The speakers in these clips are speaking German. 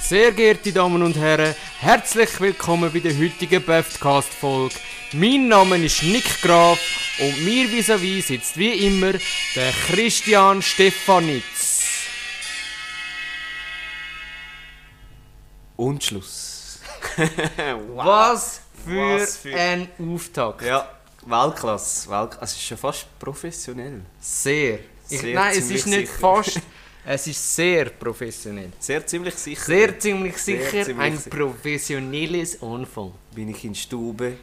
Sehr geehrte Damen und Herren, herzlich willkommen bei der heutigen Böftcast-Folge. Mein Name ist Nick Graf und mir vis-à-vis sitzt wie immer der Christian Stefanitz. Und Schluss. Was für, Was für- ein Auftakt. Ja, Weltklasse. Weltklasse. Es ist schon fast professionell. Sehr. Ich, Sehr nein, es ziemlich ist nicht sicher. fast, es ist sehr professionell. Sehr ziemlich sicher Sehr ziemlich Sehr sicher ziemlich ein sicher. professionelles Anfang. bin ich in die Stube,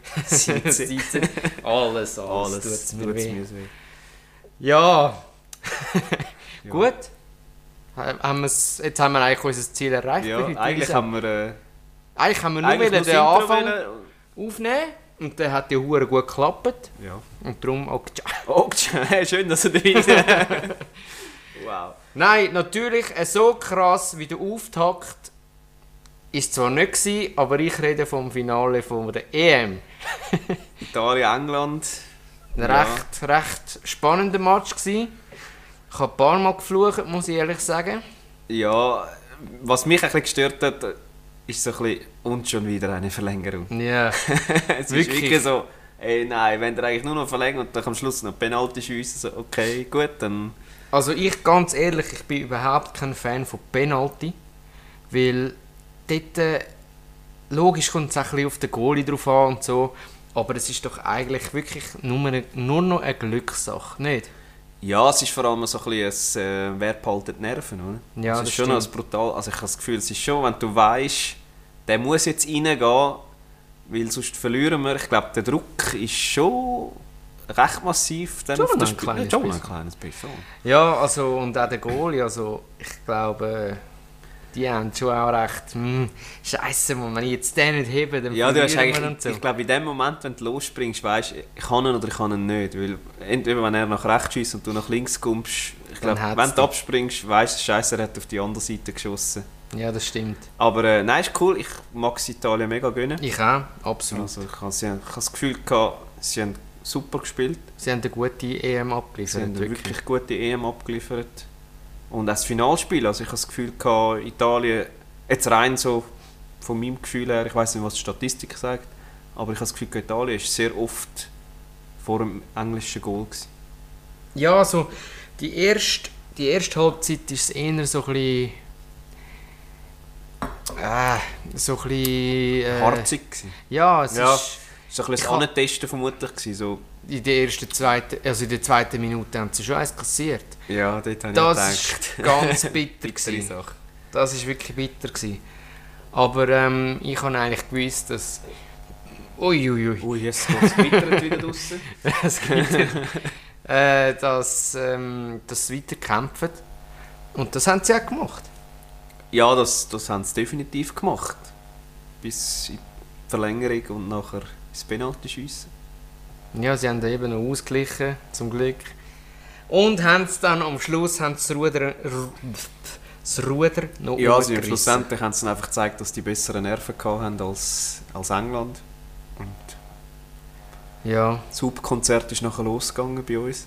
sitze, Sitzen. alles, alles, alles tut's tut's mir weh. weh. Ja, Ja. gut. Ha- Haben wir's, jetzt haben wir eigentlich unser Ziel erreicht. Ja, für heute, eigentlich Lisa. haben wir äh, eigentlich haben wir nur eigentlich wollen, das den Intro Anfang wollen. aufnehmen und der hat ja hure gut geklappt. Ja. Und darum auch geja- Oh, schön, dass du dabei bist. wow. Nein, natürlich, äh, so krass wie der Auftakt ist zwar nicht gewesen, aber ich rede vom Finale von der E EM. Italien, England. Ein Ja. recht, recht spannender Match gewesen. Ich habe ein paar Mal geflucht, muss ich ehrlich sagen. Ja, was mich ein bisschen gestört hat, ist so ein bisschen, und schon wieder eine Verlängerung. Ja, es ist Wirklich? wirklich so, ey nein, wenn der eigentlich nur noch verlängert und dann am Schluss noch Penalty schiessen, so okay, gut, dann... also ich ganz ehrlich, ich bin überhaupt kein Fan von Penalty, weil dort äh, logisch kommt es auch ein bisschen auf den Goalie drauf an und so, aber es ist doch eigentlich wirklich nur, eine, nur noch eine Glückssache, nicht? Ja, es ist vor allem so ein bisschen ein, äh, wer behaltet die Nerven, oder? Ja, es das ist schon noch stimmt. ein brutal, also ich habe das Gefühl, es ist schon, wenn du weißt, der muss jetzt reingehen, weil sonst verlieren wir. Ich glaube, der Druck ist schon recht massiv. Dann Schon auf das ein Spiel- kleines Ja, schon ein bisschen. kleines bisschen. Ja, also und auch der Goalie, also ich glaube, die haben schon auch recht, hm, Scheiße, Mann, wenn ich jetzt den nicht hebe, dann Ja, du hast verlieren wir und eigentlich, so. ich glaube, in dem Moment, wenn du losspringst, weißt du, ich kann ihn oder ich kann ihn nicht. Weil entweder wenn er nach rechts schießt und du nach links kommst, ich Dann glaube, hat's wenn dich. du abspringst, weißt du, Scheiße, er hat auf die andere Seite geschossen. Ja, das stimmt. Aber äh, nein, ist cool, ich mag es Italien mega gönnen. Ich auch, absolut. Also ich habe sie- ich habe das Gefühl, gehabt, sie haben super gespielt. Sie haben eine gute E EM Sie abgeliefert, haben eine wirklich. wirklich gute EM abgeliefert. Und auch das Finalspiel, also ich habe das Gefühl, gehabt, Italien, jetzt rein so von meinem Gefühl her, ich weiß nicht, was die Statistik sagt, aber ich habe das Gefühl, gehabt, Italien ist sehr oft vor dem englischen Goal. Gewesen. Ja, also die erste, die erste Halbzeit ist es eher so ein bisschen... Äh, so ein bisschen... Äh, Harzig gewesen. Ja, es Ja. ist... Es war ein Ich bisschen hab- das Antesten vermutlich. Gewesen, so. In der ersten, zweiten, also in der zweiten Minute haben sie schon eins kassiert. Ja, dort habe Das ich gedacht. ist ganz bitter Bittere gewesen. Sache. Das ist wirklich bitter gewesen. Aber ähm, ich habe eigentlich gewusst, dass... Uiuiui. Ui, jetzt geht es wieder draussen. es gibt äh, dass, ähm, dass sie weiter kämpfen. Und das haben sie auch gemacht. Ja, das, das haben sie definitiv gemacht. Bis in die Verlängerung und nachher ins Penalty schiessen. Ja, sie haben da eben noch ausgeglichen, zum Glück. Und haben es dann am Schluss haben sie das, Ruder, r- das Ruder noch Ja, also umgerissen. schlussendlich haben sie dann einfach gezeigt, dass die besseren Nerven gehabt haben als, als England. Und Ja, das Hauptkonzert ist nachher losgegangen bei uns.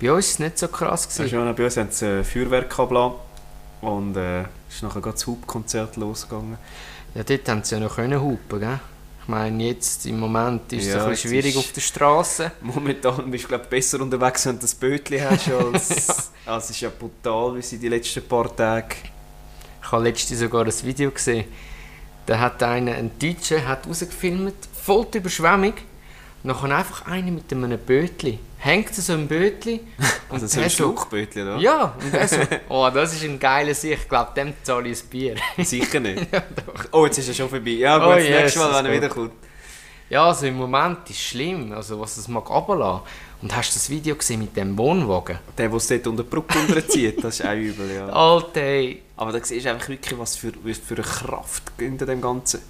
bei uns war es nicht so krass. Ja, Gewesen. schon, bei uns haben sie äh, Feuerwerk gehabt und äh, ist nachher gerade das Hauptkonzert losgegangen. Ja, dort haben sie ja noch können hupen, gell? Ich meine, jetzt im Moment ist es Ja, ein bisschen jetzt schwierig ist- auf der Straße. Momentan bist du glaub, besser unterwegs, wenn du das Bötli hast, als... Also es ist ja brutal, wie sie die letzten paar Tage... Ich habe letztens sogar ein Video gesehen. Da hat einer, ein Deutscher, hat rausgefilmt, voll die Überschwemmung. Nachher einfach einer mit einem Bötli. Hängt so ein Bötli. Und Also so der ein so- Schluckbötli, oder? Ja, und er so, oh, das ist ein geiler Sieg. Ich glaube, dem zahle ich ein Bier. Sicher nicht. oh, jetzt ist er schon vorbei. Ja, gut, Oh, das yes, nächste Mal, wenn er das geht. wiederkommt. Ja, also im Moment ist es schlimm, also was es mag runterlassen. Und hast du das Video gesehen mit dem Wohnwagen? Der, der es dort unter die Brücke unterzieht, das ist auch übel, ja. Alter, ey. Aber da siehst du einfach wirklich, was für, was für eine Kraft hinter dem Ganzen.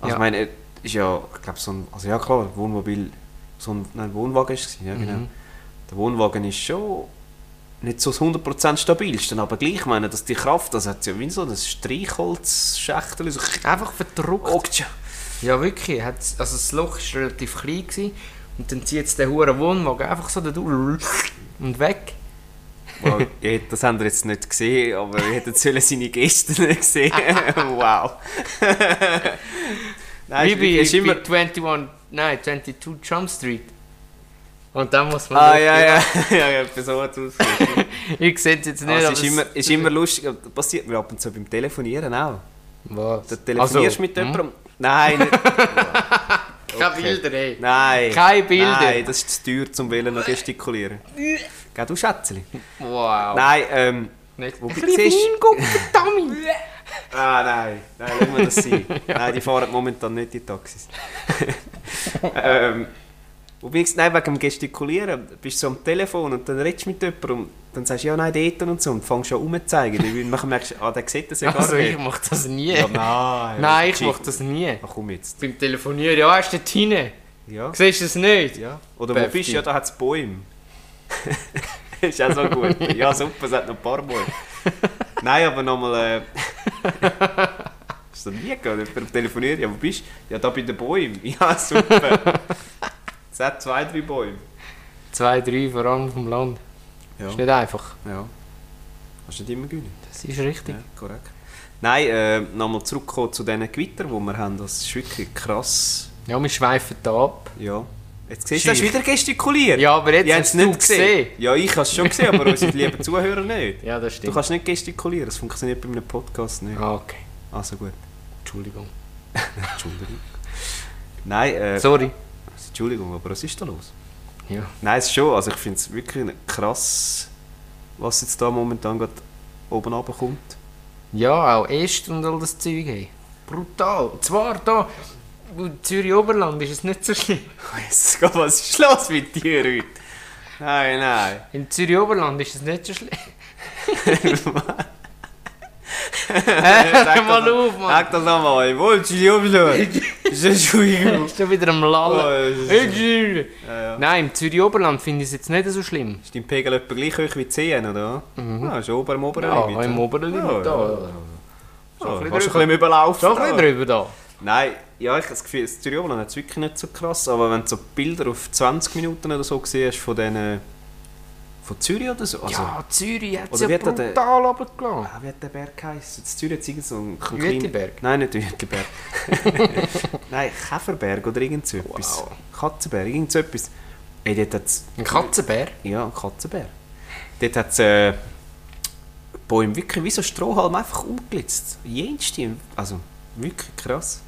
Also, Ja. ich meine, er ist ja, ich glaube, so ein, also ja klar, Wohnmobil, so ein, nein, Wohnwagen ist es, gewesen, ja genau. Mhm. Der Wohnwagen ist schon nicht so das 100% stabilste, aber gleich, ich meine, dass die Kraft, das hat ja wie so ein Streichholzschächtel, so, einfach verdruckt. oh, tja. Ja, wirklich. Hat's, also das Loch war relativ klein gewesen, und dann zieht es den hohen Wohnwagen einfach so da durch und weg. Wow, ja, das haben wir jetzt nicht gesehen, aber ihr hättet sollen seine Geste nicht sehen. wow. Nein, Wie ist wirklich- bei, ist bei immer... 21, nein, 22 Jump Street. Und dann muss man... Ah, ja, ja, ja, ja, etwa so hat es ausgesehen. Ich sehe es jetzt nicht, Ah, es aber ist es- immer, ist immer lustig, aber das passiert mir ab und zu beim Telefonieren auch. Was? Du telefonierst Also, mit hm? jemandem. Nein, nicht, Keine Okay. Bilder, ey. nein. Keine Bilder. Nein, das ist zu teuer, zum Wählen noch gestikulieren. Geh du Schätzchen. Wow. Nein, ähm. Nicht. Wo Ein du bisschen siehst- hingucken, Tommy. Ah, nein, nein, lassen wir das sein. Nein, die fahren momentan nicht die Taxis. ähm, wobei ich nein, wegen dem Gestikulieren, bist du so am Telefon und dann redest du mit jemandem und dann sagst du, ja, nein, dort und so und fängst schon umzuzeigen. Weil nachher merkst du, ah, der sieht das ja gar Also ich nicht. mach das nie. ja, nein. Nein, ich mach Geschichte. das nie. Ach, komm jetzt. Beim Telefonieren, ja, hast du dort hinein. Ja. Siehst du es nicht? ja. Oder wo Perfekt. bist du? Ja, da hat es Bäume. ist auch so gut. Ja, super, es hat noch ein paar Bäume. Nein, aber nochmal... Äh, Hast du noch nie gehört? Jemand telefoniert, ja, wo bist du? Ja, da bei den Bäumen. Ja, super. Es hat zwei, drei Bäume. Zwei, drei, vor allem vom Land. Ja. Ist nicht einfach. ja. Hast du nicht immer gewinnen. Das ist richtig. Ja, korrekt. Nein, äh, nochmal zurückkommen zu diesen Gewitter, die wir haben. Das ist wirklich krass. Ja, wir schweifen da ab. Ja. Jetzt siehst du, hast du Schief. wieder gestikuliert. Ja, aber jetzt Ich hast hab's du gesehen. Ja, ich habe es schon gesehen, aber unsere lieben Zuhörer nicht. Ja, das Du stimmt. kannst nicht gestikulieren, das funktioniert bei einem Podcast nicht. Ah, okay. Also gut, Entschuldigung. Entschuldigung. Nein, äh, Sorry. Entschuldigung, aber was ist da los? Ja. Nein, es ist schon, also ich finde es wirklich krass, was jetzt da momentan gerade oben runterkommt. Ja, auch Est und all das Zeug. Hey. Brutal. Zwar da, in Zürich Oberland ist es nicht so schlimm. Weiss Gott, was ist los mit dir heute? Nein, nein. In Zürich Oberland ist es nicht so schlimm. Hör mal auf, Mann. Sag das nochmal, ich wollte dich nicht Entschuldigung. Ist schon wieder am Oh, Lallen. Nou, es ist- Ja, ja. Nein, im Zürich Oberland finde ich es jetzt nicht so schlimm. Ist dein Pegel etwa gleich hoch wie 10, oder? Mhm. Ah, ist oben am oberen Ja, Limit, im oder? oberen Limit, Ja, da, ja, ja. ja. Schon ein bisschen Ja, kannst du ein drüber. bisschen überlaufen. Schon ein bisschen da. drüber da. Nein, ja, ich habe das Gefühl, das Zürich Oberland hat es wirklich nicht so krass, aber wenn du so Bilder auf 20 Minuten oder so gesehen hast von diesen... von Zürich oder so, also... ja, Zürich hat es Oder ja wird da der- brutal runtergelassen. Ah, wie hat der Berg geheißen? In Zürich hat es so einen kleinen... Ueterberg? Nein, nicht Ueterberg. Nein, Käferberg oder irgend so etwas. Wow. Katzenberg, irgend so etwas. Ey, dort hat's- Ein Katzenbär? Ja, ein Katzenbär. Dort hat es äh, Bäume wirklich wie so Strohhalm einfach umgelitzt. Jenstein. Also wirklich krass.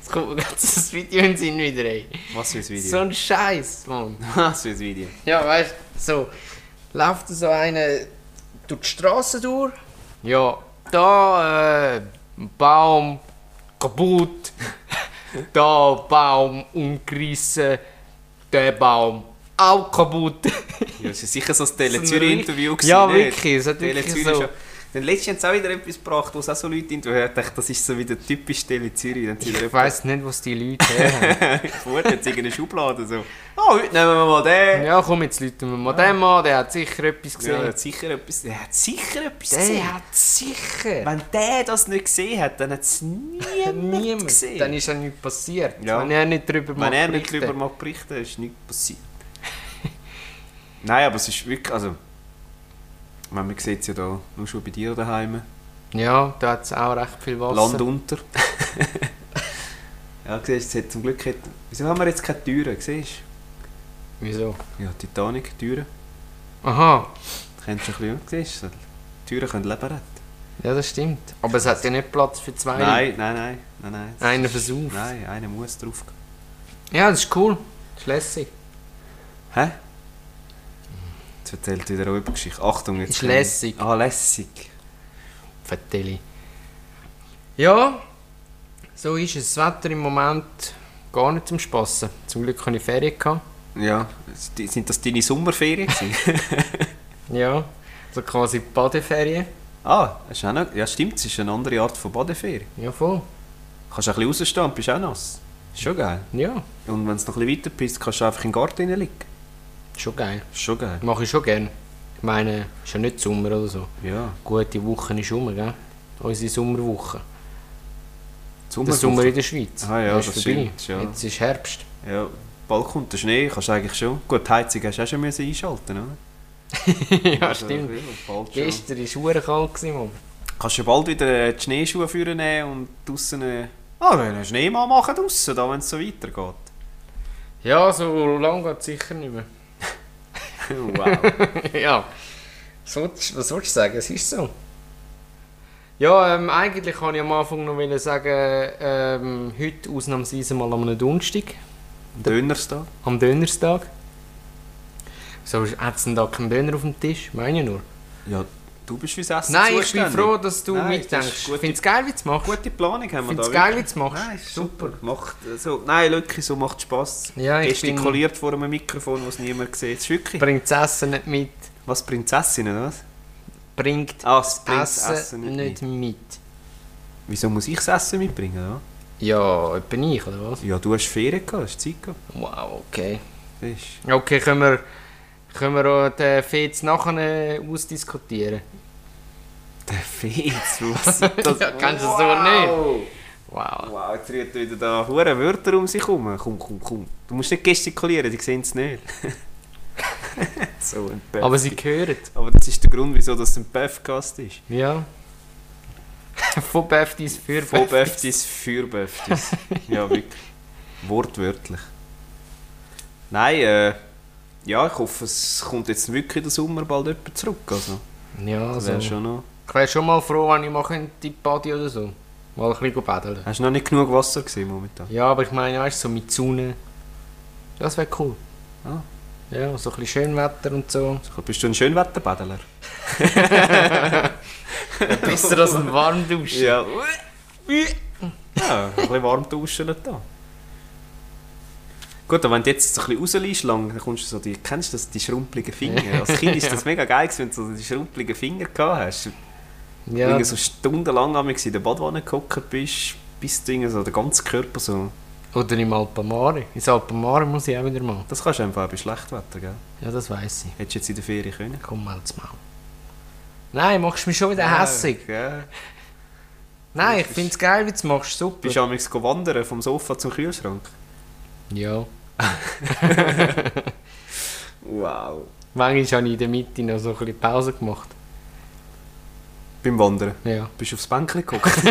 Jetzt kommt mir ganz das Video in den Sinn wieder, ey. Was für ein Video. So ein Scheiß, Mann. Was für ein Video. Ja, weißt du, so läuft so einer durch die Straße durch. Ja, da äh, ein Baum kaputt, da Baum umgerissen, der Baum auch kaputt. Ja, das war sicher so ein So ein Tele-Zürich-Interview. gewesen, Ja, nicht? wirklich, es hat wirklich Tele-Zürich so- schon- Dann letztens auch wieder etwas gebracht, wo es auch so Leute interviewt hat. Ich dachte, das ist so wieder typisch Tele-Zürich. Dann sind Ich jemand- weiß nicht, was die Leute haben. Vor, jetzt irgendeine Schublade. So. Oh, heute nehmen wir mal den. ja, komm, jetzt Leute, wir mal den an, der hat sicher etwas Ja, der gesehen. hat sicher etwas, der hat sicher etwas der gesehen. hat sicher. Wenn der das nicht gesehen hat, dann hat es niemand, Niemand. gesehen. Dann ist ja nichts passiert. Ja. Wenn er nicht drüber Wenn er nicht berichten. darüber mag berichten, ist nichts passiert. Nein, aber es ist wirklich, also... Ich meine, Man sieht es ja da nur schon bei dir daheim. Ja, da hat es auch recht viel Wasser. Land unter. ja, siehst du, es hat zum Glück... Hat, wieso haben wir jetzt keine Türen, siehst Wieso? du? Ja, Titanic, Türen. Aha, Du kennst schon ein bisschen, um. siehst du? Die Türen können Leben retten. ja, das stimmt. Aber es hat ja nicht Platz für zwei. Nein, nein, nein, nein, nein. Einer versucht. Nein, einer muss drauf gehen. Ja, das ist cool. Das ist lässig. Hä? Jetzt erzählt wieder eine Geschichte. Achtung, jetzt. Ist lässig. Ah, lässig. Vertelle. Ja, so ist es. Das Wetter im Moment gar nicht zum Spassen. Zum Glück hatte ich Ferien. Gehabt. Ja, die- sind das deine Sommerferien? gewesen? Ja, so quasi Badeferien. ah, ist auch noch, ja, stimmt, es ist eine andere Art von Badeferien. Ja, voll. Kannst ein bisschen rausstehen und bist auch nass. Ist schon geil. Ja, Und wenn es noch ein bisschen weiter bist, kannst du einfach im Garten liegen. schon geil. Ist schon geil. Mache ich schon gerne. Ich meine, ist ja nicht Sommer oder so. Ja, Gute Woche ist rum, gell? Unsere Sommerwoche. die Der Sommer in der Schweiz. Ah ja, Der das stimmt, ja. Jetzt ist Herbst. Ja, bald kommt der Schnee, kannst du eigentlich schon. Gut, die Heizung hast du auch schon müssen einschalten, oder? ja, Also, stimmt. Bald schon. Gestern war es verdammt kalt. gewesen, Mann. Kannst du bald wieder äh, die Schneeschuhe führen nehmen und draussen äh, ah, wir können einen Schneemann machen draussen, da, wenn es so weitergeht. Ja, so lang geht es sicher nicht mehr. wow. ja. Was willst, was willst du sagen? Es ist so. Ja, ähm, eigentlich wollte ich am Anfang noch wollen sagen, ähm, heute ausnahmsweise mal an einem Donnerstag, Dönerstag. am Dönerstag. Wieso hat es denn da keinen Döner auf dem Tisch? Meine ich nur. Ja, du bist fürs Essen Nein, ich bin zuständig. froh, dass du Nein, das mitdenkst. ist Ich gute- finde es geil, wie du es machst. Gute Planung haben Ich wir finde da. es geil, wie du es machst. Nein, ist super. Macht, äh, so, nein, Lücki, so macht Spass. Ja, ich bin, Gestikuliert vor einem Mikrofon, das niemand sieht. Ist wirklich. bringt das Essen nicht mit. Was, Prinzessinnen, oder was? Bringt Ah, es bringt das Essen, Essen nicht nicht, mit. mit. Wieso muss ich das Essen mitbringen? Ja, Ja, bin ich, oder was? ja du hast Ferien gehabt, hast Zeit gehabt. Wow, okay. Das ist- Okay, können wir, können wir auch den Fetz nachher äh, ausdiskutieren? Der Fetz, was ist das? Ja, kennst du das so Wow! Wow. Wow, jetzt rührt wieder da hure Wörter um sich herum. Komm, komm, komm. Du musst nicht gestikulieren, die sehen es nicht. so ein Pef. Aber sie hören. Aber das ist der Grund, wieso das ein Pefcast ist. Ja. Von Beftis für Von Beftis. Böftis für Böftis. ja, wirklich. Wortwörtlich. Nein, äh, ja, ich hoffe, es kommt jetzt wirklich in den Sommer bald jemand zurück. Also, Ja, das also. wäre schon noch. Ich wäre schon mal froh, wenn ich mal in die Body oder so. Mal ein bisschen paddeln. Hast du noch nicht genug Wasser gesehen momentan? Ja, aber ich meine, weißt du, so mit Sonne. Das wäre cool. Ah. Ja, so ein bisschen Schönwetter und so. Also, Bist du ein Schönwetterbädler? Besser als ein Warmdusch. Ja. ja, ein bisschen warm duschen da. Gut, aber wenn du jetzt so ein bisschen rauslässt, lang, dann kommst du so, die, kennst du das, die schrumpeligen Finger? Als Kind ist das mega geil, gewesen, wenn du so die schrumpeligen Finger gehabt hast. Ja. Ja, Irgendwie so stundenlang am in der Badwanne gehockt bist, bis du irgendwie so den ganzen Körper so... Oder im Alpamare. Ins Alpamare muss ich auch wieder mal. Das kannst du einfach auch bei Schlechtwetter, gell? Ja, das weiß ich. Hättest du jetzt in der Ferien können. Komm mal zum Maul. Nein, machst du mich schon wieder hässig. Ja. Nein, ich Das ist- finde es geil, wie du es machst. Super. Bist du amigs go wandern, vom Sofa zum Kühlschrank? ja. Wow. Manchmal habe ich in der Mitte noch so ein bisschen Pause gemacht. Beim Wandern? Ja. Bist du aufs Bänkchen gehockt?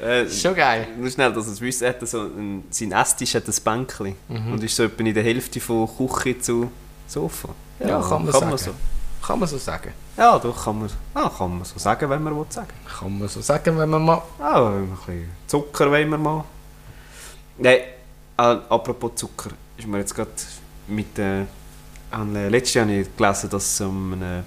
äh, Ist schon geil. nur schnell, dass ihr es wisst, er hat so ein, sein Esstisch hat ein Bänkchen Mhm. und ist so etwa in der Hälfte von Küche zu Sofa. Ja, kann man sagen. Kann man so sagen. so. Ja, doch, kann man, ah, kann man so sagen, wenn man will sagen. Kann man so sagen, wenn man mal... Ah, ein bisschen Zucker wollen wir mal. Nein, äh, apropos Zucker, ist mir jetzt gerade mit äh, an, äh, letztes Jahr habe ich gelesen, dass um einen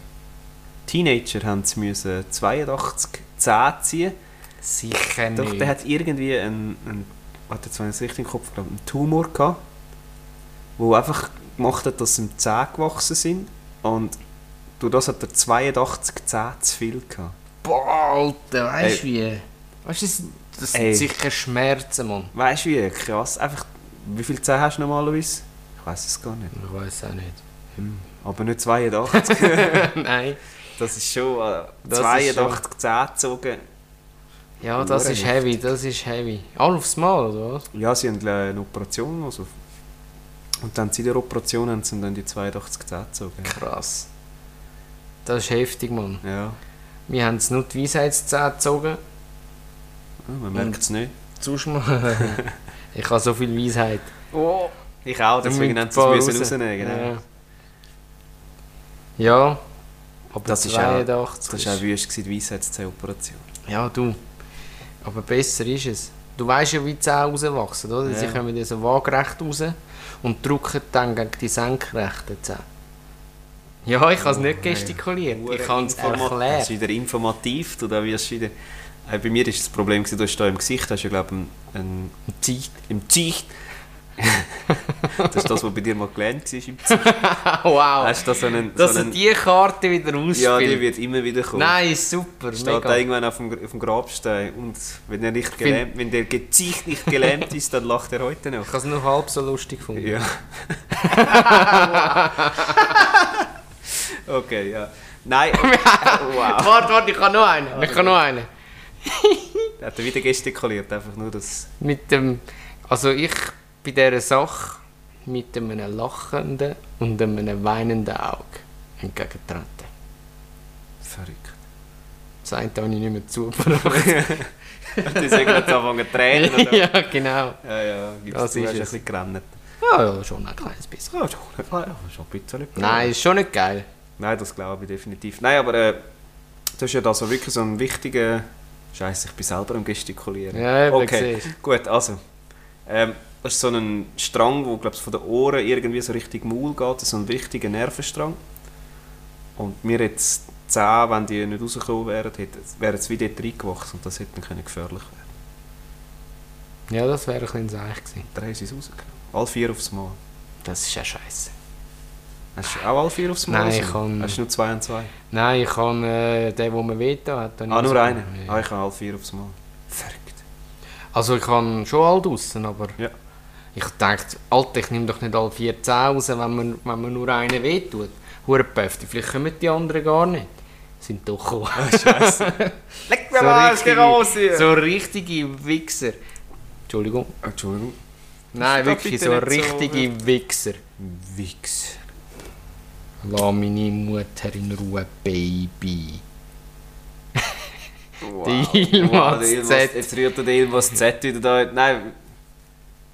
Teenager haben sie müssen 82 Zähne ziehen. Sicher nicht. Doch, der hat irgendwie einen, einen warte, jetzt habe ich es richtig im Kopf gehabt, einen Tumor gehabt, wo einfach gemacht hat, dass ihm die Zähne gewachsen sind und durch das hat er 82 Zähne zu viel gehabt. Boah, Alter, weißt du wie? Weißt du, das, das sind Ey. sicher Schmerzen, Mann. Weißt du wie? Krass. Einfach, wie viel Zähne hast du normalerweise? Ich weiß es gar nicht. Ich weiß auch nicht. Aber nicht 82. Nein. Das ist schon äh, Das ist 82 Zähne gezogen. Ja, das Hure ist heavy, das ist heavy. All aufs Mal, oder was? Ja, sie haben äh, eine Operation. Also. Und dann seit der Operation haben sie dann die 82 Zähne gezogen. Krass. Das ist heftig, Mann. Ja, ja Wir haben es nur die Weisheitszähne gezogen. man merkt es nicht. Sonst mal. ich habe so viel Weisheit. Oh. Ich auch, deswegen haben sie Ein paar es müssen raus. rausnehmen. Genau. Ja. ja. Aber Das ist auch- 82 Das war auch wüst, gewesen, die Weisheitszähne-Operation. Ja, du. Aber besser ist es. Du weißt ja, wie die Zähne rauswachsen, oder? Sie Ja. kommen ja so waagerecht raus und drücken dann gegen die senkrechten Zähne. Ja, ich habe es nicht Oh, gestikuliert. Ich Hure kann es informat- Das ist erklärt. wieder informativ. Du, da wirst wieder äh, bei mir war das Problem, gewesen, du hast da im Gesicht, hast ja, glaube ich, ein, ein im Gesicht. das ist das, was bei dir mal gelernt war. Im Gesicht. wow. Hast du da so einen... Dass so er einen diese Karte wieder ja, die ausspielt. wird immer wieder kommen. Nein, super. Steht mega. da irgendwann auf dem, Gr- auf dem Grabstein und wenn er nicht gelähmt, wenn der Gesicht nicht gelähmt ist, dann lacht er heute Ich noch. habe es nur halb so lustig gefunden. Ja. okay, ja. Nein. Wow. Warte, warte, ich habe noch einen. Ich habe noch einen. Er hat wieder gestikuliert, einfach nur das. Mit dem, also ich bei dieser Sache mit einem lachenden und einem weinenden Auge entgegentreten. Verrückt. Das eine habe ich nicht mehr zugebracht. Die sind gerade anfangen zu tränen. Oder? ja, genau. ja, ja, gibst Das du, ist hast ein es. bisschen gerannt. Ja, ja, schon ein kleines bisschen. Ja, schon ein klein- aber schon ein bisschen. Nein, ist schon nicht geil. Nein, das glaube ich definitiv. Nein, aber äh, das ist ja da so wirklich so ein wichtiger... Scheiße, ich bin selber am Gestikulieren. Ja, eben, Okay. siehst Gut, also. Ähm, das ist so ein Strang, wo glaub ich, von den Ohren irgendwie so richtig Maul geht. Das ist so ein wichtiger Nervenstrang. Und wir jetzt 10, wenn die nicht rausgekommen wären, hätte- wären sie wieder reingewachsen. Und das hätte dann können gefährlich werden du. Ja, das wäre ein bisschen seich gewesen. Dann haben sie es rausgenommen. Alle vier aufs Mal. Das ist ja scheiße. Hast du auch alle vier aufs Mal? Nein, rausgenommen? ich kann- Hast du nur zwei und zwei? Nein, ich habe äh, den, den man veto hat. den Ah, habe ich nur so- einen? Ja. Ah, ich habe alle vier aufs Mal. Verrückt. Also ich habe schon all draussen, aber Ja. ich dachte, Alter, ich nehme doch nicht alle 14 raus, wenn man, wenn man nur einen wehtut. Hurenpäfte, vielleicht kommen die anderen gar nicht. Sind doch gekommen. Leck So richtige- hier! So richtige Wichser. Entschuldigung. Entschuldigung. Nein, doch wirklich, bitte so nicht so- ne? richtige Wichser. Wichs. Lass meine Mutter in Ruhe, Baby. Wow. Der Yilmaz der Yilmaz- Z. Jetzt rührt er den Ilmas Z wieder da. Nein.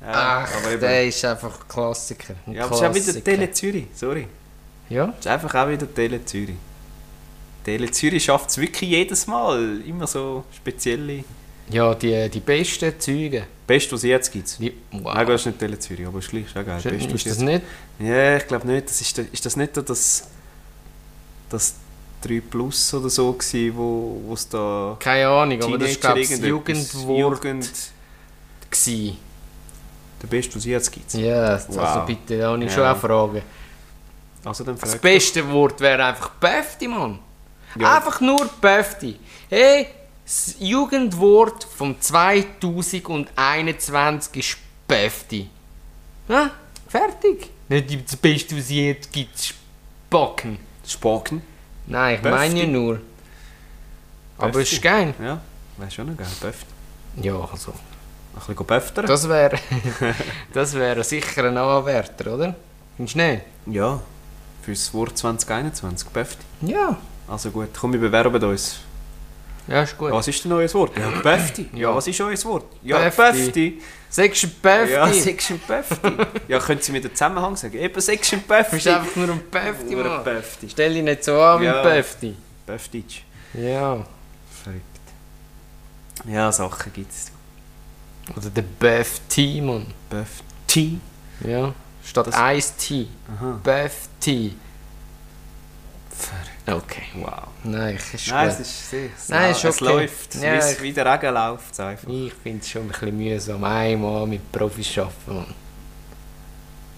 Ja, Ach, eben- der ist einfach ein Klassiker. Ein Ja, aber es ist auch Klassiker. wieder Tele Zürich. Sorry. Ja, Es ist einfach auch wieder Tele Zürich. Tele Zürich schafft es wirklich jedes Mal. Immer so spezielle. ja die, die besten Züge. Best, was es jetzt gibt. Die, wow. Nein, gut, das ist nicht Tele Zürich, aber es ist gleich. Ist auch geil. Best, was es ist das jetzt- nicht? Ja, ich glaube nicht. Das ist, der- ist das nicht da das, das 3 Plus oder so, gsi, wo wo es da. Keine Ahnung, aber das war das irgendetwas- Jugendwort. Jugend. Gewesen. Der Beste, was es jetzt gibt. Ja, yes, also Wow. bitte, da habe ich Ja. schon auch Fragen. Also dann Das frag beste Wort wäre einfach Päfti, Mann. Ja. Einfach nur Päfti. Hey, das Jugendwort von 2021 ist Päfti. Ja, fertig. Nicht das Beste, was es jetzt gibt, ist Backen. Spaken. Nein, ich Päfti. meine ja nur. Aber es Päfti. ist geil. Ja, wäre schon noch geil. Böft. Ja, also. Ein bisschen böftern. Das wäre das wär sicher ein Anwärter, oder? Findest du nicht? Ja. Fürs Wort 2021. Böft. Ja. Also gut, komm, wir bewerben uns. Ja, ist gut. Was ist denn euer Wort? Ja, Böfti. Ja, Ja. was ist euer Wort? Ja, Böfti. Böfti. Sagst du Ja, Päfti? Section Böfti. ja, können Sie mir den Zusammenhang sagen? Eben Section Du bist Böfti. einfach nur ein Päfti, Nur ein Mann. Böfti. Stell dich nicht so an wie Ja. ein Päfti. Böftitsch. Ja. Verrückt. Ja, Sachen gibt's. Oder der Päfti, Mann. Böfti. Ja. Statt Das- Eistee. Aha. Päfti. Verrückt. Okay. Wow. Nein, ich ist Nein, es gut. ist sehr. es Nein, lau- ist Es okay. läuft. Ja, wie, es, ich- wie der Regen läuft es einfach. Ich finde es schon ein bisschen mühsam, einmal mit Profis arbeiten, Mann.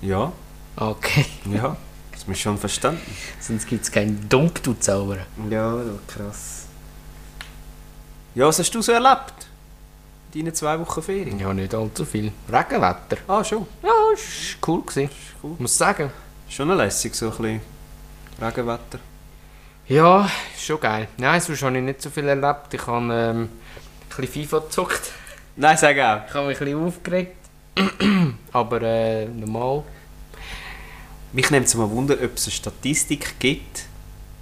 Ja, Okay. ja. Das ist schon verstanden. Sonst gibt es keinen Dump, du Zauberer. Ja, krass. Ja, was hast du so erlebt? Deine zwei Wochen Ferien? Ja, nicht allzu viel. Regenwetter. Ah, schon. Ja, ist cool gewesen. Ist cool. Muss sagen. Schon lässig, so ein bisschen Regenwetter. Ja, ist schon geil. Nein, sonst habe ich nicht so viel erlebt. Ich habe ähm, ein bisschen FIFA gezockt. Nein, sag auch. Ich habe mich ein bisschen aufgeregt. Aber äh, normal. Mich nimmt es mal Wunder, ob es eine Statistik gibt,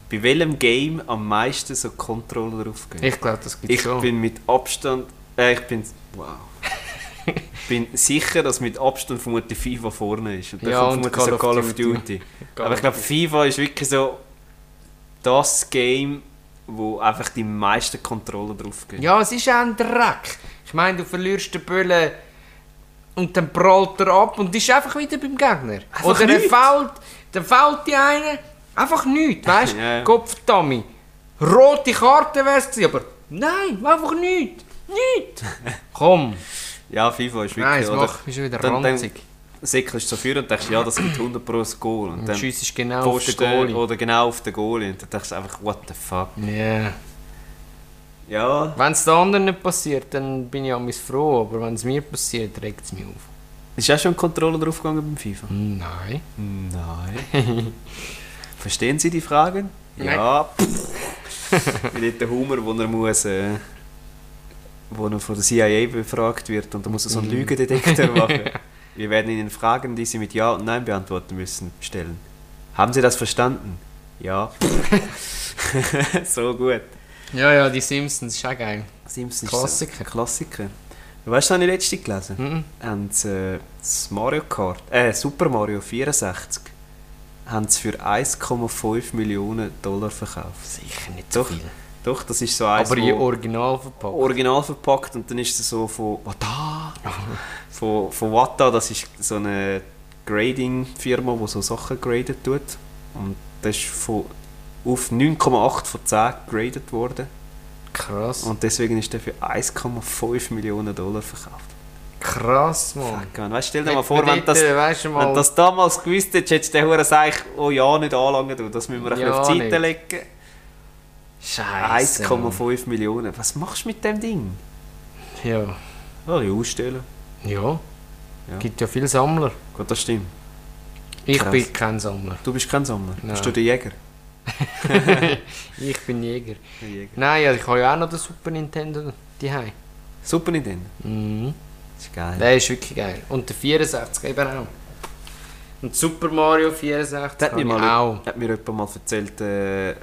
bei welchem Game am meisten so Controller aufgehen. Ich glaube, das gibt Ich es schon. bin mit Abstand. Äh, ich bin. Wow. Ich bin sicher, dass mit Abstand vermutlich FIFA vorne ist. Und dann Ja, kommt und vermutlich so Call of Duty. Aber ich glaube, FIFA ist wirklich so das Game, wo einfach die meisten Controller drauf gehen. Ja, es ist auch ein Dreck. Ich meine, du verlierst den Böllen und dann prallt er ab und ist einfach wieder beim Gegner. Einfach Oder er nichts. fällt, dann fällt die eine einfach nichts, weißt du? Ja. Kopfdummy. Rote Karte wär's gewesen, aber nein, einfach nichts. Nichts. Komm. Ja, FIFA ist wirklich. Nein, es oder? macht mich schon wieder Dann- dann- ranzig. Säckelst du so vor und denkst, ja, das gibt 100 pro ein Goal. Und Und dann schiessest genau auf den Pfosten Goalie. oder genau auf den Goalie. Und dann denkst du einfach, what the fuck. Ja. Ja, Wenn es den anderen nicht passiert, dann bin ich am froh, aber wenn es mir passiert, regt es mich auf. ist auch schon ein Controller draufgegangen beim FIFA? Nein. Nein. Verstehen Sie die Fragen? Nein. Ja. pff. Wie nicht der Humor, wo er muss, äh, Mhm. wo er von der CIA befragt wird und da muss er so einen Lügendetektor machen. Wir werden Ihnen Fragen, die Sie mit Ja und Nein beantworten müssen, stellen. Haben Sie das verstanden? Ja. so gut. Ja, ja, die Simpsons ist auch geil. Simpsons Klassiker. Ist ein Klassiker. Weißt du, was habe ich letzte gelesen? Mhm. Haben sie, äh, das Mario Kart, äh, Super Mario 64 haben sie für 1,5 Millionen Dollar verkauft. Sicher nicht Doch, so viel. Doch, das ist so eins, Aber in wo- Original verpackt. original verpackt und dann ist es so von Wata. von, von Wata, das ist so eine Grading-Firma, die so Sachen gradet tut. Und das ist von, auf 9,8 von 10 gegradet worden. krass. Und deswegen ist der für 1,5 Millionen Dollar verkauft. krass, Mann. Fuck, man. äh, Weißt, stell dir mal vor, wenn das, Weißt du wenn mal, das damals gewusst hättest, hättest du den Huren eigentlich oh ja nicht anlangen tun. Das müssen wir ein bisschen Ja, auf die nicht. Seite legen. Scheiße. 1,5 Millionen. Was machst du mit dem Ding? Mann. Ja. Ja, die ausstellen. Ja. Ja. Gibt ja viele Sammler. Gut, das stimmt. Ich Krass. bin kein Sammler. Du bist kein Sammler, Nein. bist du der Jäger? ich bin Jäger. Der Jäger. Nein, ja, ich habe ja auch noch den Super Nintendo daheim. Super Nintendo. Mhm. Das ist geil. Der ist wirklich geil. Und der 64 eben auch. Und Super Mario 64 Das hat, habe mir ich mal, auch. hat mir jemand mal erzählt, äh,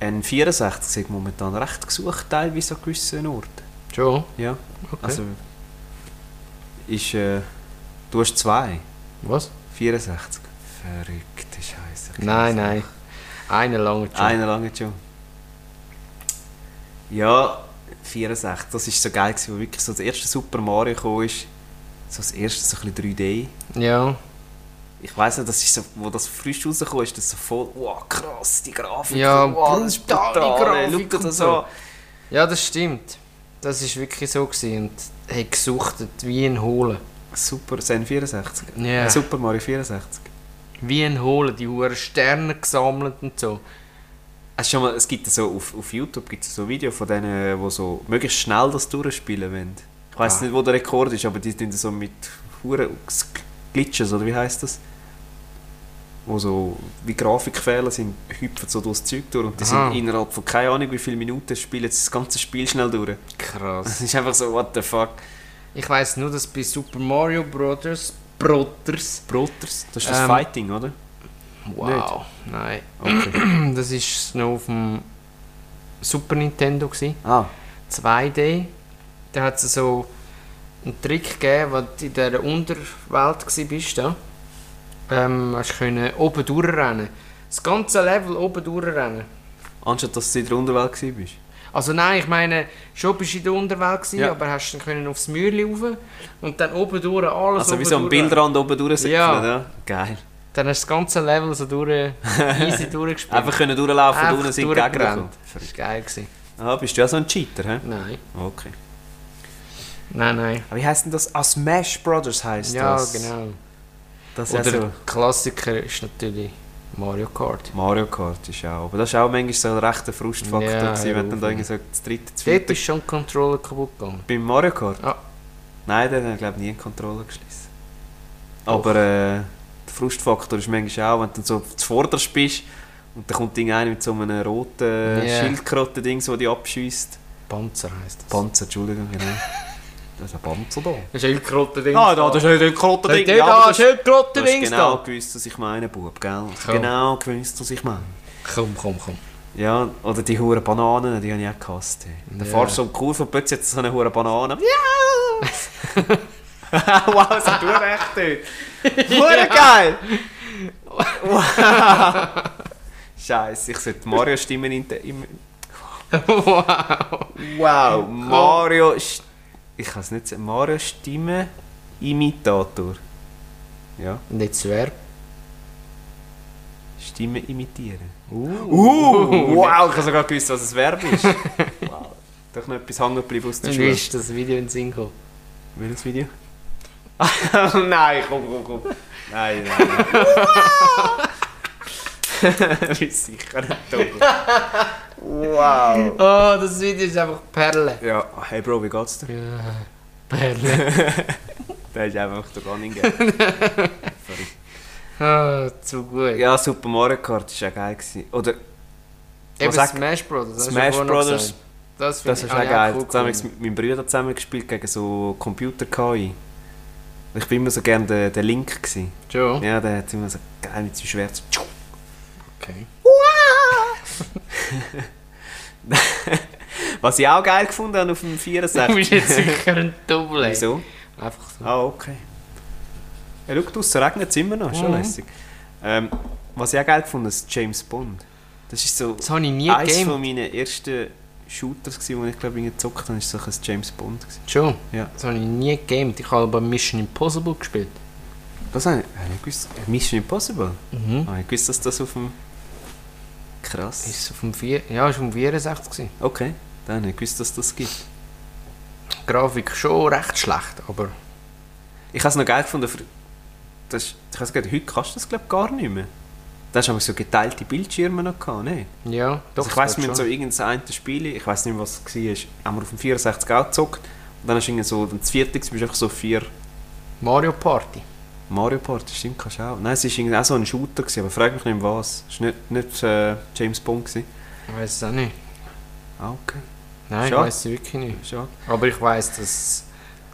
N64 sind momentan recht gesucht, teilweise an gewissen Orten. Schon? Ja, Okay. also ist, äh, du hast zwei, Was? 64. Verrückte Scheiße. Nein, nein. Einen langen Job. Einer lange schon. Ja, 64, das ist so geil, gewesen, wo wirklich so das erste Super Mario kam, ist so das erste so ein bisschen 3D. Ja. Ich weiß nicht, das ist so, wo das frisch rausgekommen ist, das so voll, wow, krass, die Grafik. Ja, so, wow, das ist brutale brutal, ey, Grafik Schau dir und das so. an. ja, das stimmt. Das ist wirklich so gewesen und hat gesuchtet wie ein Hohlen. Super, Zen 64. Ja. Super Mario 64. Wie ein Hohlen, die Huren Sterne gesammelt und so. Hast du schon Also mal, es gibt so auf, auf YouTube gibt's so Videos von denen, die so möglichst schnell das durchspielen wollen. Ich weiß Ah. nicht, wo der Rekord ist, aber die sind so mit Huren Glitches, oder wie heißt das? Wo so wie Grafikfehler sind, hüpfen so durchs Zeug durch und die Aha. sind innerhalb von keine Ahnung wie viele Minuten spielen jetzt das ganze Spiel schnell durch. Krass. Das ist einfach so, what the fuck. Ich weiß nur, dass bei Super Mario Brothers Brothers. Brothers, das ist das Ähm. Fighting, oder? Wow. Nein. Okay. Das ist noch auf dem Super Nintendo gewesen. ah, 2D. Da hat es so einen Trick gegeben, wo du in dieser Unterwelt warst. Da. Ähm, hast du können oben durchrennen. Das ganze Level oben durchrennen. anstatt dass du in der Unterwelt warst. Also nein, ich meine, schon bist du in der Unterwelt, gewesen, Ja. aber hast dann können aufs Mäuerchen rauf und dann oben durch alles Also wie oben so ein durch. Bildrand oben durchsetzen, Ja. ja. Geil. Dann hast du das ganze Level so durch, easy durchgespielt. Einfach können durchlaufen und Einfach unten sind die durchgerannt. Gegner. Das war geil. Gewesen. Ah, bist du auch so ein Cheater, hä? Nein, Okay. nein, nein. Aber wie heißt denn das? Ah, Smash Brothers heißt ja, das. genau. Das ist Oder ja so. Klassiker ist natürlich Mario Kart. Mario Kart ist auch. Aber das ist auch manchmal so ein rechter Frustfaktor, Ja, gewesen, wenn ja, dann da auf. irgendwie so das dritte, das Dort vierte. ist schon ein Controller kaputt gegangen. Beim Mario Kart? Ah. Nein, der hat, glaube ich, nie einen Controller geschlossen. Doch. Aber äh, der Frustfaktor ist manchmal auch, wenn du dann so zuvorderst bist und dann kommt irgendeiner mit so einem roten Ja. Schildkröten-Ding, so die abschießt. Panzer heisst das. Panzer, Entschuldigung, genau. das ist ein Panzer da. Schildkröten-Ding. Ah, da, das ist ein Ding. Krotten-Ding. Ja, da ist Du hast Schildkröten-Ding genau da. gewusst, was ich meine, Bub, gell? Du hast Komm. Genau gewusst, was ich meine. Komm, komm, komm. Ja, oder die huren Bananen, die habe ich auch gehasst. ey. Dann Ja. fahrst du um die Kurve und plötzlich hat es so eine hure Banane. Ja! wow, so du recht, ey. Hure geil! wow! Scheiße, ich sollte Mario Stimmen in der- im... wow. Wow, Mario... St- Ich kann es nicht sagen. Mario Stimme Imitator. Ja, Nicht zu schwer. Stimme imitieren. Uh, Uh, wow, ich habe sogar gewusst, was es Verb ist. wow. Doch noch etwas hängen geblieben aus der Dann Schule. ist das Video in den Sinn gekommen. Welches Video? nein, komm, komm, komm. Nein, nein. nein. Wie sicher nicht dumm. Wow. Oh, das Video ist einfach Perle. Ja, hey Bro, wie geht's dir? Ja, Perle. Der ist einfach der Running Gag. Verrückt. Ah, zu gut. Ja, Super Mario Kart war ja geil. Gewesen. Oder Eben sag- Smash Brothers. das hast du Smash vorhin noch Brothers. gesagt. Das, find Das ich- ist habe auch ich geil. cool Cool, haben wir gefunden. mit meinem Bruder zusammen gespielt gegen so Computer-KI. Ich bin immer so gerne der, der Link. Gewesen. Schon? Ja, der hat immer so geil mit seinem Schwert. so tschu. Okay. Was ich auch geil gefunden habe auf dem Du bist 64. jetzt sicher ein Double. Wieso? Einfach so. Ah, okay. Ja, schau, draussen regnet es immer noch, ist schon Mhm. lässig. Ähm, was ich auch geil fand, ist James Bond. Das ist so Das habe ich nie eines gegeben. von meinen ersten Shooters, gewesen, die ich glaube ich gezockt habe, ist so ein James Bond. Gewesen. Schon? Ja. Das habe ich nie gegamed. Ich habe aber Mission Impossible gespielt. Das habe ich, habe ich nicht gewusst. Mission Impossible? Mhm. Ah, ich wusste, dass das auf dem... Krass. Ist auf dem vier, ja, ist um 64 gewesen. Okay, dann habe ich gewusst, dass das gibt. Die Grafik schon recht schlecht, aber Ich habe es noch geil gefunden, für- das, ist- ich habe es gerade heute kannst du das glaube ich gar nicht mehr. Da hast du aber so geteilte Bildschirme noch gehabt, ne? ja, doch. also ich weiss, das wir haben geht so irgendein Spiel, ich weiß nicht mehr, was es war, haben wir auf dem 64 auch gezockt und dann hast du irgendwie so, dann das vierte, bist du einfach so vier schon. Mario Party. Mario Party, stimmt, kannst du auch. Nein, es war irgendwie auch so ein Shooter, gewesen, aber frag mich nicht mehr was. Es war nicht, nicht äh, James Bond. Gewesen. Ich weiß es auch nicht. Ah, okay, Nein, Schade. ich weiß es wirklich nicht. schade. Aber ich weiß, dass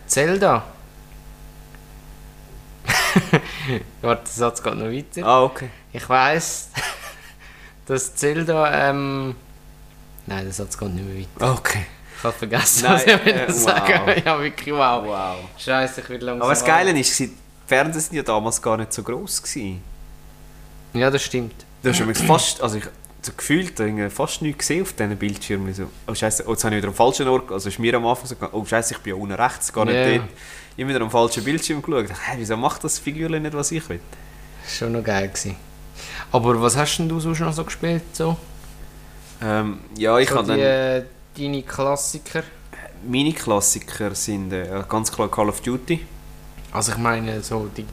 Zelda. Warte, der Satz geht noch weiter. Ah, okay. Ich weiß, dass Zelda. Ähm, nein, der Satz geht nicht mehr weiter. Ah, Okay. Ich habe vergessen, Nein, was ich äh, äh, sagen wow. wollte. Ja, wirklich wow. Wow. Scheiße, ich will langsam. Aber das alt. Geile ist, die Fernseher sind ja damals gar nicht so gross. Gewesen. Ja, das stimmt. Da hast du übrigens fast, also ich so gefühlt irgendwie fast nichts gesehen auf diesen Bildschirmen. So, oh Scheiße, oh, jetzt habe ich wieder am falschen Ort, also ist mir am Anfang so gegangen, oh Scheiße, ich bin ja unten rechts, gar nicht Ja. dort. Ich habe wieder am falschen Bildschirm geschaut. Hey, wieso macht das Figürchen nicht, was ich will? Das war schon noch geil. Gewesen. Aber was hast denn du sonst noch so gespielt? So? Ähm, ja, ich so habe die, dann, äh, deine Klassiker. meine Klassiker sind äh, ganz klar Call of Duty. Also ich meine so die.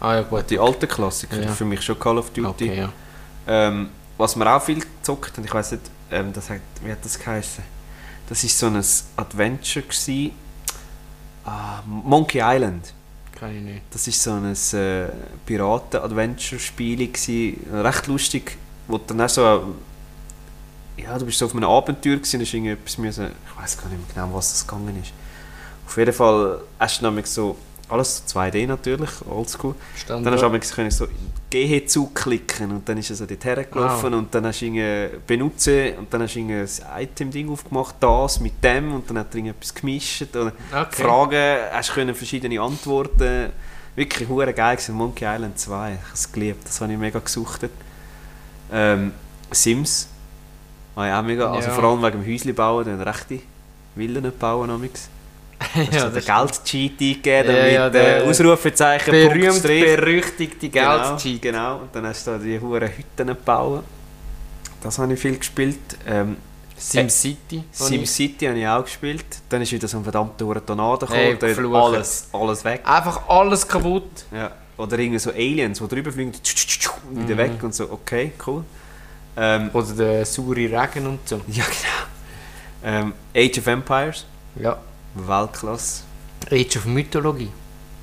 Ah ja gut. Die alten Klassiker, Ja. für mich schon Call of Duty. Okay, ja. Ähm, was wir auch viel gezockt haben, ich weiß nicht, ähm, das hat, wie hat das geheißen? Das war so ein Adventure. Gewesen. Ah, Monkey Island. Kann ich nicht. Das war so ein äh, Piraten-Adventure-Spiel. gewesen. Recht lustig. Wo du dann auch so. Ja, du bist so auf einem Abenteuer gewesen, hast irgendetwas müssen. Ich weiß gar nicht mehr genau, um was das gegangen ist. Auf jeden Fall hast du nämlich so. Alles so 2D natürlich, oldschool. Stand Dann hast du aber können so GH zuklicken und dann ist er so dort hergelaufen und dann hast du irgendwie benutzen und dann hast du irgendwie das Item-Ding aufgemacht, das mit dem und dann hat er irgendetwas gemischt. Oder okay. Fragen, hast du können verschiedene Antworten. Wirklich hure geil gewesen. Monkey Island 2, ich habe es geliebt, das habe ich mega gesuchtet. Ähm, Sims, habe ich auch mega, also Ja. vor allem wegen dem Häusli bauen, dann rechte Villen bauen amigs. Hast ja, du das den Geld-Cheat Ja, eingegeben, damit ja, äh, der Ausrufezeichen, berühmt Strich. berüchtigte Genau, Geldschein. Genau, und dann hast du da die hohen Hütten gebaut. Das habe ich viel gespielt. Ähm, SimCity. wo ich- SimCity habe ich auch gespielt. Dann ist wieder so ein verdammter hoher Tornado Hey, gekommen. Dann geflucht. alles, alles weg. Einfach alles kaputt. Ja. Oder irgendwie so Aliens, die drüber fliegen, tsch, tsch, tsch, und wieder Mhm. weg und so, okay, cool. Ähm, Oder der saure Regen und so. ja, genau. Ähm, Age of Empires, Ja. Weltklasse. Age of Mythologie.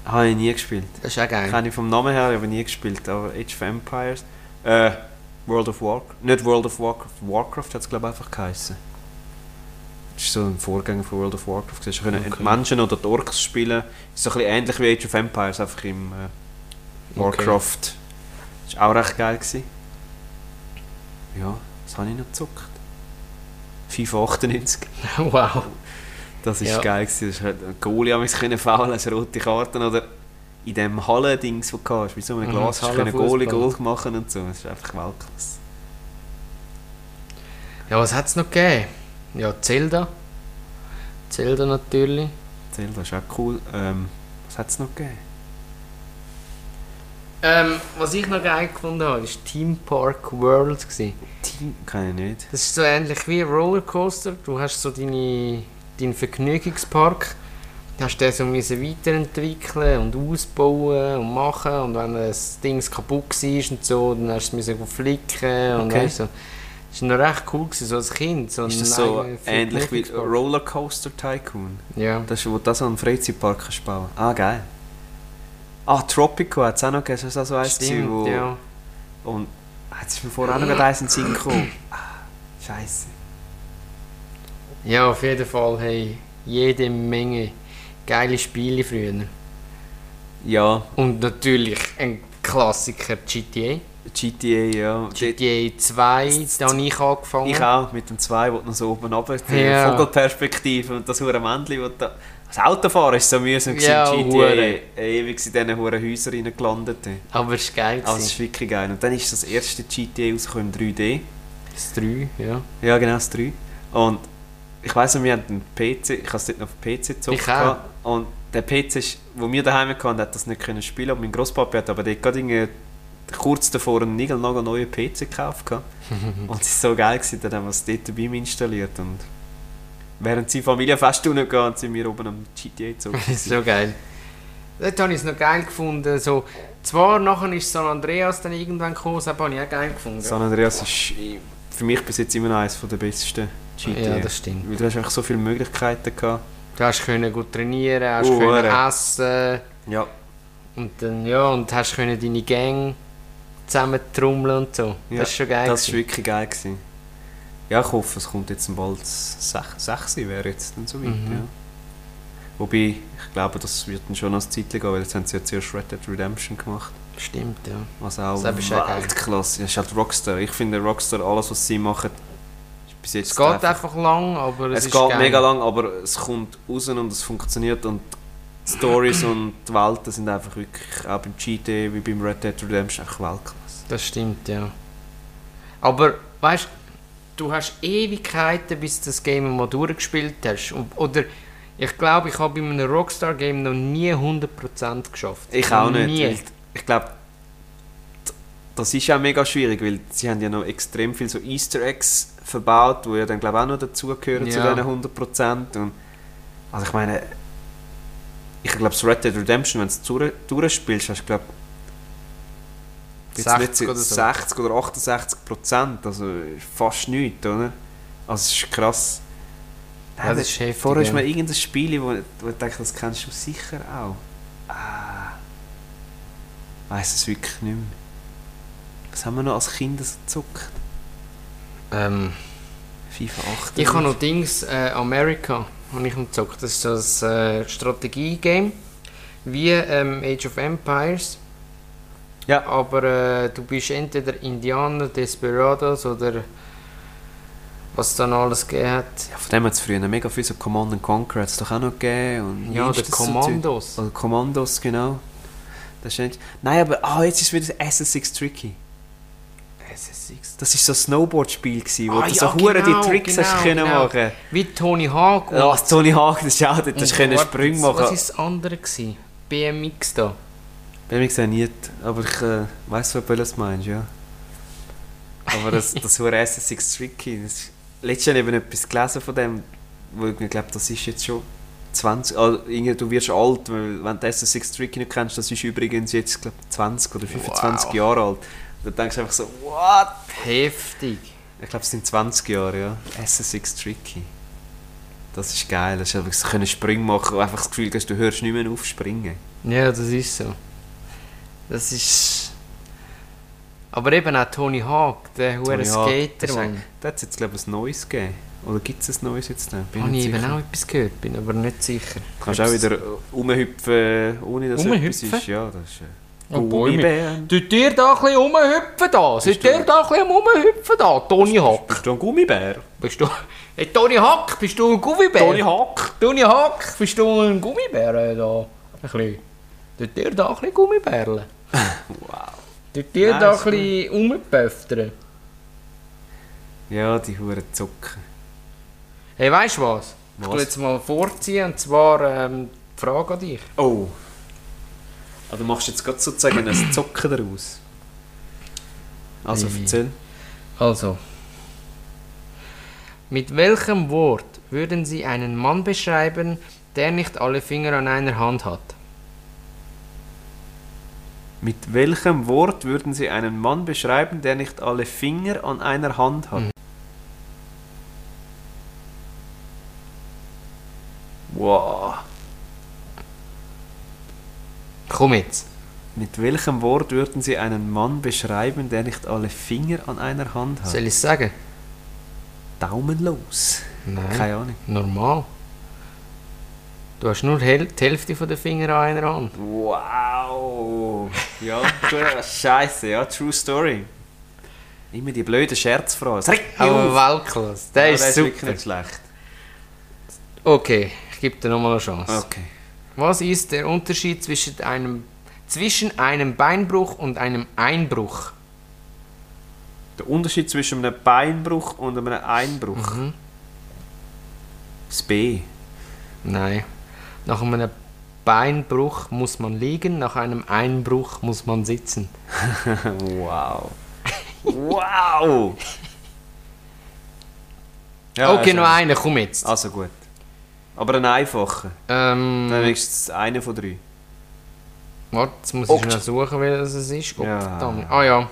Habe ich nie gespielt. Das ist auch geil. Kenne ich vom Namen her, aber nie gespielt. Aber Age of Empires. Äh, World of Warcraft. Nicht World of Warcraft. Warcraft hat es, glaube ich, einfach geheißen. Das ist so ein Vorgänger von World of Warcraft. gewesen. Du können Okay. die Menschen oder die Orks spielen. Ist so ein bisschen ähnlich wie Age of Empires, einfach im Okay. äh, Warcraft. Ist auch recht geil gewesen. Ja, das habe ich noch gezockt. FIFA 98. Wow. Das ist Ja. geil gewesen. Das hat ein Goalie haben können faulen, also rote Karten oder in dem Hallendings, wo du hast, mit so einem Mhm, Glas, hast du können Hallenfußball. Goalie Goal machen und so. Das ist einfach Weltklasse. Ja, was hat es noch gegeben? Ja, Zelda. Zelda natürlich. Zelda ist auch cool. Ähm, was hat es noch gegeben? Ähm, was ich noch geil gefunden habe, war Team Park World. Gewesen. Team kann ich nicht. Das ist so ähnlich wie Rollercoaster. Du hast so deine, deinen Vergnügungspark. Du hast den so müssen weiterentwickeln und ausbauen und machen. Und wenn das Ding kaputt war und so, dann hast du es müssen flicken. Und Okay. weißt du, das war noch recht cool, gewesen, so als Kind. So Ist das einen so eigenen ähnlich wie Vergnügungspark. Rollercoaster Tycoon? Ja. Das ist, wo du das an einem Freizeitpark kannst bauen Ah, geil. Ah, Tropico hat es auch noch gegeben. Das ist auch so eins gewesen, wo... Stimmt, ja. Und ah, jetzt ist mir vorher auch noch gerade eins in den Sinn gekommen. Ah, Scheiße. ja, auf jeden Fall. Hey, jede Menge geile Spiele früher. Ja, Und natürlich ein Klassiker GTA. GTA, ja. Dort- GTA 2, da habe ich angefangen. Ich auch, mit dem 2, wo du noch so oben runter, die Ja. Vogelperspektive und das hure Männchen, wo da, das Autofahren ist so mühsam Ja, gewesen, GTA, hure. ewig in diesen hohen Häusern rein gelandet. Aber es war geil. Also es Also, ist wirklich geil. Und dann ist das erste GTA rausgekommen im 3D. das 3, ja. Ja, genau, das 3. Und ich weiss noch, wir hatten einen PC, ich habe es dort noch auf dem PC gezockt. Ich auch. gehabt. Und der PC, ist, wo wir daheim hatten, hat das nicht können spielen. Und mein Grosspapi hat aber dort gerade irgendwie kurz davor einen niegelnagelneuen neuen PC gekauft. gehabt. und es war so geil, gewesen, dann haben wir es dort bei ihm installiert. Und während seine Familie fest unten gegangen sind wir oben am GTA gezockt. so geil. Dort habe ich es noch geil gefunden. So, zwar nachher ist San Andreas dann irgendwann gekommen, das habe ich auch geil gefunden. San Andreas ist äh, für mich bis jetzt immer noch eines der besten GTA. ja, das stimmt. Weil du hast einfach so viele Möglichkeiten gehabt. Du hast können gut trainieren, hast Oh, können hure. essen Ja. und dann ja und hast können deine Gang zusammentrommeln und so. Ja, das ist schon geil. Das war gewesen. wirklich geil. Gewesen. Ja, ich hoffe, es kommt jetzt bald 6 wäre jetzt dann so weit. Mhm. Ja. Wobei, ich glaube, das wird dann schon als Titel gehen, weil jetzt haben sie ja zuerst Red Dead Redemption gemacht. Stimmt, ja. Was auch Das ist auch geil. Weltklasse. Das ist halt Rockstar. Ich finde Rockstar, alles was sie machen, ist bis jetzt Es geht einfach lang, aber es, Es ist geht geil. mega lang, aber es kommt raus und es funktioniert und die Stories und die Welten sind einfach wirklich, auch beim GTA wie beim Red Dead Redemption, einfach Weltklasse. Das stimmt, ja. Aber weißt du, hast Ewigkeiten, bis du das Game mal durchgespielt hast. Und, oder ich glaube, ich habe bei einem Rockstar-Game noch nie 100% geschafft. Ich auch Noch nicht. Nie. Weil ich glaube, das ist auch mega schwierig, weil sie haben ja noch extrem viel so Easter Eggs verbaut, die ja dann glaube ich auch noch dazugehören zu Ja. diesen 100%. Und, also ich meine, ich glaube, das Red Dead Redemption, wenn du es durch- durchspielst, hast du glaube ich 60 oder so. 60 oder 68 Prozent, also fast nichts, oder? Also es ist krass. Ja, das ist heftig, Vorher ist ja. mir irgendein Spiel, wo, wo ich denke, das kennst du sicher auch. Ah. Weiß es wirklich nicht mehr. Was haben wir noch als Kinder so gezockt? Ähm, FIFA 8. ich habe noch Dings äh, America habe ich gezockt. Das ist so das äh, Strategie-Game. Wie ähm, Age of Empires. Ja. Aber äh, du bist entweder Indianer, Desperados oder was es dann alles gegeben hat. Ja, von dem hat es früher mega viel so Command and Conquer hat's doch auch noch gegeben. Und Ja, jüngstes der so Zeug. Kommandos. Oder Kommandos, genau. Das ist nicht... Nein, aber ah, jetzt ist wieder das SS6 Tricky. SSX. Das war so ein Snowboard-Spiel, gewesen, wo Ah, du ja, so hure genau, die Tricks hast genau, können genau. machen Wie Tony Hawk. Ja, das Tony Hawk, das ist auch dort, das und können warte, Sprünge machen. Was war das andere? Gewesen? BMX da. Bei mir gesehen nicht, aber ich äh, weiß, was du meinst, ja. Aber das, das hure SS6 Tricky, das ist letztes Jahr eben etwas gelesen von dem, wo ich mir glaube, das ist jetzt schon 20, also, irgendwie, du wirst alt, weil wenn du SS6 Tricky nicht kennst, das ist übrigens jetzt glaub, 20 oder 25 Wow. Jahre alt. Dann denkst du einfach so, what? Heftig. Ich glaube, es sind 20 Jahre, ja. SS6 Tricky. Das ist geil, das ist einfach so können Sprünge machen, wo einfach das Gefühl hast, du hörst nicht mehr auf springen. Ja, das ist so. Das ist. Aber eben auch Tony Hawk, der hure Tony Hawk, Skater, das ist Mann. Da hat es jetzt, glaube ich, ein neues gegeben. Oder gibt es ein neues jetzt? Dann? Habe ich nicht eben sicher. auch etwas gehört, bin aber nicht sicher. Du kannst auch wieder äh, rumhüpfen, ohne dass Rumhüpfen? etwas ist. Ja, das ist... Äh, Oh, Bäume. Gummibären. Tut ihr da ein bisschen rumhüpfen da? Seid du- ihr da ein bisschen am rumhüpfen da? Tony Hawk. Bist du ein Gummibär? Bist du. Hey, Tony Hawk, bist du ein Gummibär? Tony Hawk? Tony Hawk, bist du ein Gummibär äh, da? Ein bisschen. Tut ihr da ein bisschen Gummibärle? Wow. Tut ihr Nein, da ist ein bisschen rumpöftern? Ja, die Huren zocken. Hey, weißt du was? Ich tu Was? jetzt mal vorziehen, und zwar ähm, die Frage an dich. Oh. Also machst du jetzt gerade sozusagen ein Zocken daraus? Also, Nee. erzähl. Also. Mit welchem Wort würden Sie einen Mann beschreiben, der nicht alle Finger an einer Hand hat? Mit welchem Wort würden Sie einen Mann beschreiben, der nicht alle Finger an einer Hand hat? Mhm. Wow. Komm jetzt. Mit welchem Wort würden Sie einen Mann beschreiben, der nicht alle Finger an einer Hand hat? Soll ich es sagen? Daumenlos. Nein. Keine Ahnung. Normal. Du hast nur hel- die Hälfte von den Finger an einer Hand. Wow! Ja, du- scheiße, ja, true story. Immer die blöden Scherzfragen. Sag mich Aber auf! Weltklasse, der Ja, ist wirklich super. nicht schlecht. Okay, ich gebe dir nochmal eine Chance. Okay. Was ist der Unterschied zwischen einem, zwischen einem Beinbruch und einem Einbruch? Der Unterschied zwischen einem Beinbruch und einem Einbruch. Das B. Nein. Nach einem Beinbruch muss man liegen, nach einem Einbruch muss man sitzen. Wow. Wow! Ja, okay, also- noch einen, komm jetzt. Also gut. Aber ein einfacher. Dann Ähm, wenigstens einer von drei. warte, jetzt muss Okt- ich noch suchen, welches es ist. Oh, Ja. verdammt. Ah ja.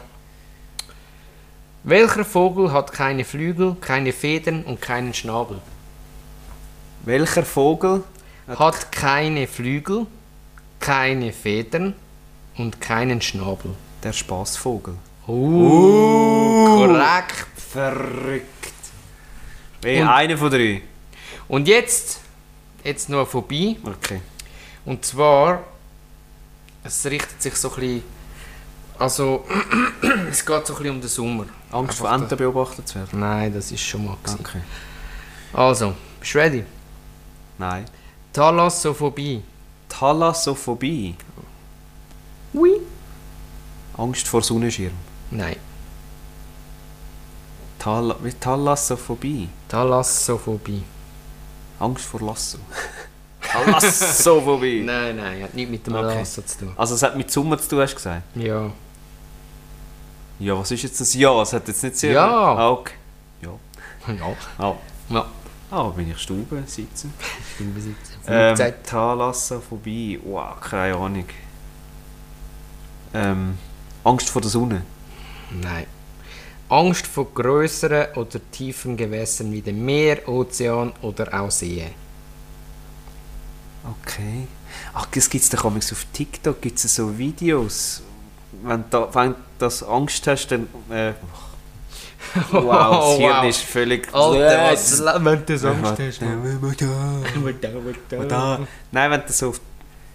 Welcher Vogel hat keine Flügel, keine Federn und keinen Schnabel? Welcher Vogel? Hat keine Flügel, keine Federn und keinen Schnabel. Der Spaßvogel. Uh, korrekt. Verrückt. Wie Und- einer von drei. Und jetzt, jetzt noch vorbei. Okay. Und zwar, es richtet sich so ein bisschen, also es geht so ein bisschen um den Sommer. Angst vor Einfach Enten beobachtet zu werden. Nein, das ist schon mal gewesen. Okay. Also, bist du ready? Nein. Thalassophobie. Thalassophobie. Oui. Angst vor Sonnenschirm. Nein, Thala wie Thalassophobie. Thalassophobie. Angst vor Lasso. Thalassophobie. Nein, nein, hat nichts mit dem Okay. Lasso zu tun. also es hat mit Sommer zu tun, hast du gesagt? Ja. Ja, was ist jetzt das Ja? Es hat jetzt nicht sehr... Ja. Ah, okay. Ja. Ja. Ah, Ja. ah bin ich stuben, sitzen. Filmbesitzer. Ähm, Flugzeit. Thalassophobie. Wow, keine Ahnung. Ähm, Angst vor der Sonne. Nein. Angst vor größeren oder tiefen Gewässern wie dem Meer, Ozean oder auch Seen. Okay. Ach, das gibt es doch manchmal auf TikTok, gibt es so Videos. Wenn du da, wenn du das Angst hast, dann... Äh, Oh, wow, das Hirn wow. ist völlig... Alter, was, wenn du so Angst hast. Mann. hast. Da. Nein, wenn du so auf,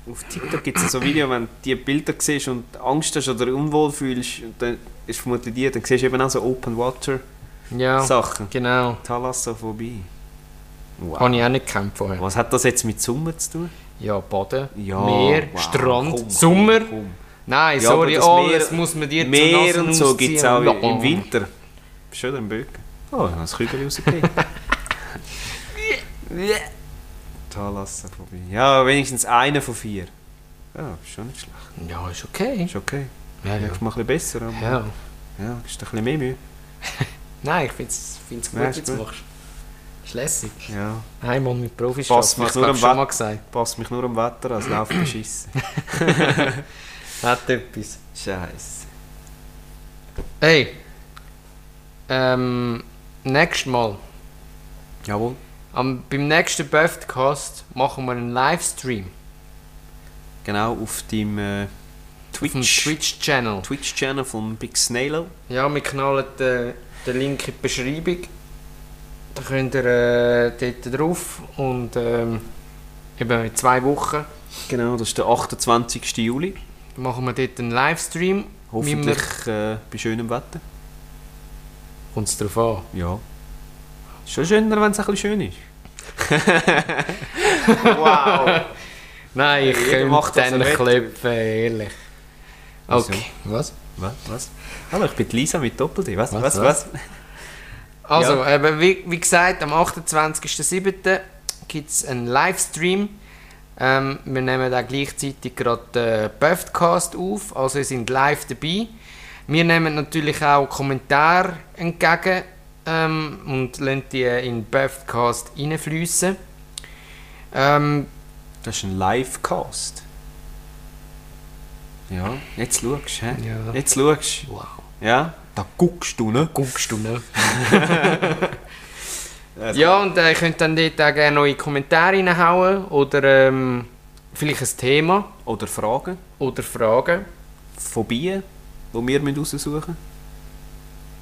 auf TikTok gibt es so Video, wenn du die Bilder siehst und Angst hast oder unwohl fühlst, dann ist vermutlich die, dann siehst du eben auch so Open Water Ja, Sachen. genau. Thalassophobie. Wow. Habe ich auch nicht gekannt vorher. Was hat das jetzt mit Sommer zu tun? Ja, Baden, Ja, Meer, wow, Strand, komm, komm, Sommer. komm. Nein, Ja, sorry, aber das oh, Meer- das muss man dir Meer und so gibt gibt es auch i- im Winter. Bist du wieder im Böck? Oh, dann hast du Kügel rausgekriegt. Thalassophobie. Ja, wenigstens einer von vier. Ja, ist schon nicht schlecht. Ja, ist okay. Ist okay. Ja, ja. Ich mache ein bisschen besser, aber ja. ja. ja, ist ein bisschen mehr Mühe. Nein, ich finde es gut, Ja, dass ist du es gut. machst. Ist lässig. Ja, Einmal mit Profis Passt arbeiten, ich mich nur habe am schon Wa- mal gesagt. passt mich nur am Wetter an, es läuft beschissen. Hat etwas. Scheiße. Hey, ähm, nächstes Mal, Jawohl. am, beim nächsten Buffcast machen wir einen Livestream Genau, auf deinem äh, auf dem Twitch. Twitch-Channel. Twitch-Channel von Big Snailo. Ja, wir knallen den, den eh, Link in die Beschreibung. Da könnt ihr äh, dort drauf und ähm, eben in zwei Wochen Genau, das ist der 28. Juli. machen wir dort einen Livestream. Hoffentlich äh, bei schönem Wetter. Kommt es drauf an. Ja. Ist schon schöner, wenn es ein bisschen schön ist. wow. Nein, ich Jeder könnte macht, was dann er will. klopfen, ehrlich. Wieso? Okay. Was? Was? Was? Hallo, ich bin die Lisa mit Doppel-D. Was? Was, Was? was? Was? Also, eben, wie, wie gesagt, am 28.07. gibt es einen Livestream. Ähm, wir nehmen dann gleichzeitig gerade den Buffcast auf, also ihr seid live dabei. Wir nehmen natürlich auch Kommentare entgegen ähm, und lassen die in den Buffcast reinfließen. Ähm, Das ist ein Live-Cast. Ja, jetzt schaust du. hä? Ja. Jetzt schaust wow, du. Ja? Da guckst du, ne? guckst du, ne? Ja, Also, und äh, ihr könnt dann dort auch gerne neue Kommentare reinhauen oder ähm, vielleicht ein Thema Oder Fragen, oder Fragen. Phobien, die wir müssen raussuchen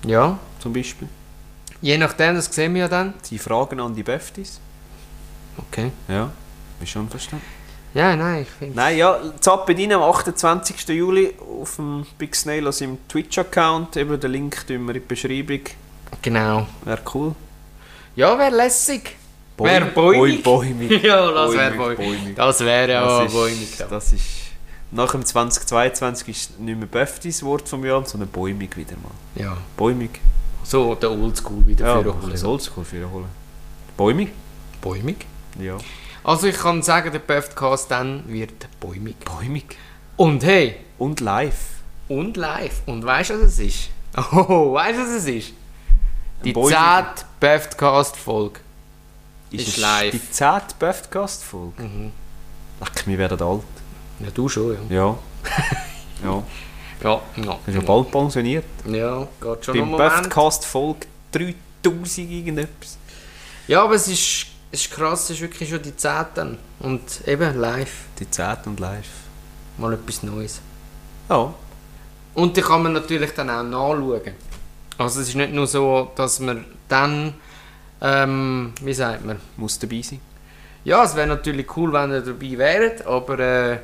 Ja, müssen, zum Beispiel. Je nachdem, das sehen wir ja dann. Die Fragen an die Beftis. Okay. Ja. Ist unverständlich. Ja, nein, ich finde. Nein, ja, zappt rein am 28. Juli auf dem Big Snail an seinem Twitch-Account. Eben den Link tun wir in die Beschreibung. Genau. Wäre cool. Ja, wäre lässig. Bäum- Wär bäumig. Bäum- bäumig. ja, das wäre Bäumig, bäumig. bäumig. Das wäre ja Das bäumig. ist, das ist... Nach dem 2022 ist nicht mehr Böfti das Wort vom Jahr, sondern bäumig wieder mal. Ja. Bäumig. So, der Oldschool wieder Ja, ja, das für Oldschool für holen. Bäumig? Bäumig. Ja. Also ich kann sagen, der Podcast dann wird bäumig. Bäumig. Und hey, Und live. und live. Und weißt du, was es ist? Oh, weißt du, was es ist? Die Bäumig. 10. Podcast-Folge. ist es live. Die 10. Böftcast-Folge. Mhm. Ach, wir werden alt. Ja, du schon, ja. Ja. ja. Ja, ja. Wir sind schon bald pensioniert. Ja, geht schon noch einen Beim Moment. Böftcast Folge 3000 irgendetwas. Ja, aber es ist, es ist krass, es ist wirklich schon die 10. dann. Und eben live. Die 10. und live. Mal etwas Neues. Ja. Und die kann man natürlich dann auch nachschauen. Also es ist nicht nur so, dass man dann, ähm, wie sagt man, Muss dabei sein. ja, es wäre natürlich cool, wenn ihr dabei wäret, aber äh,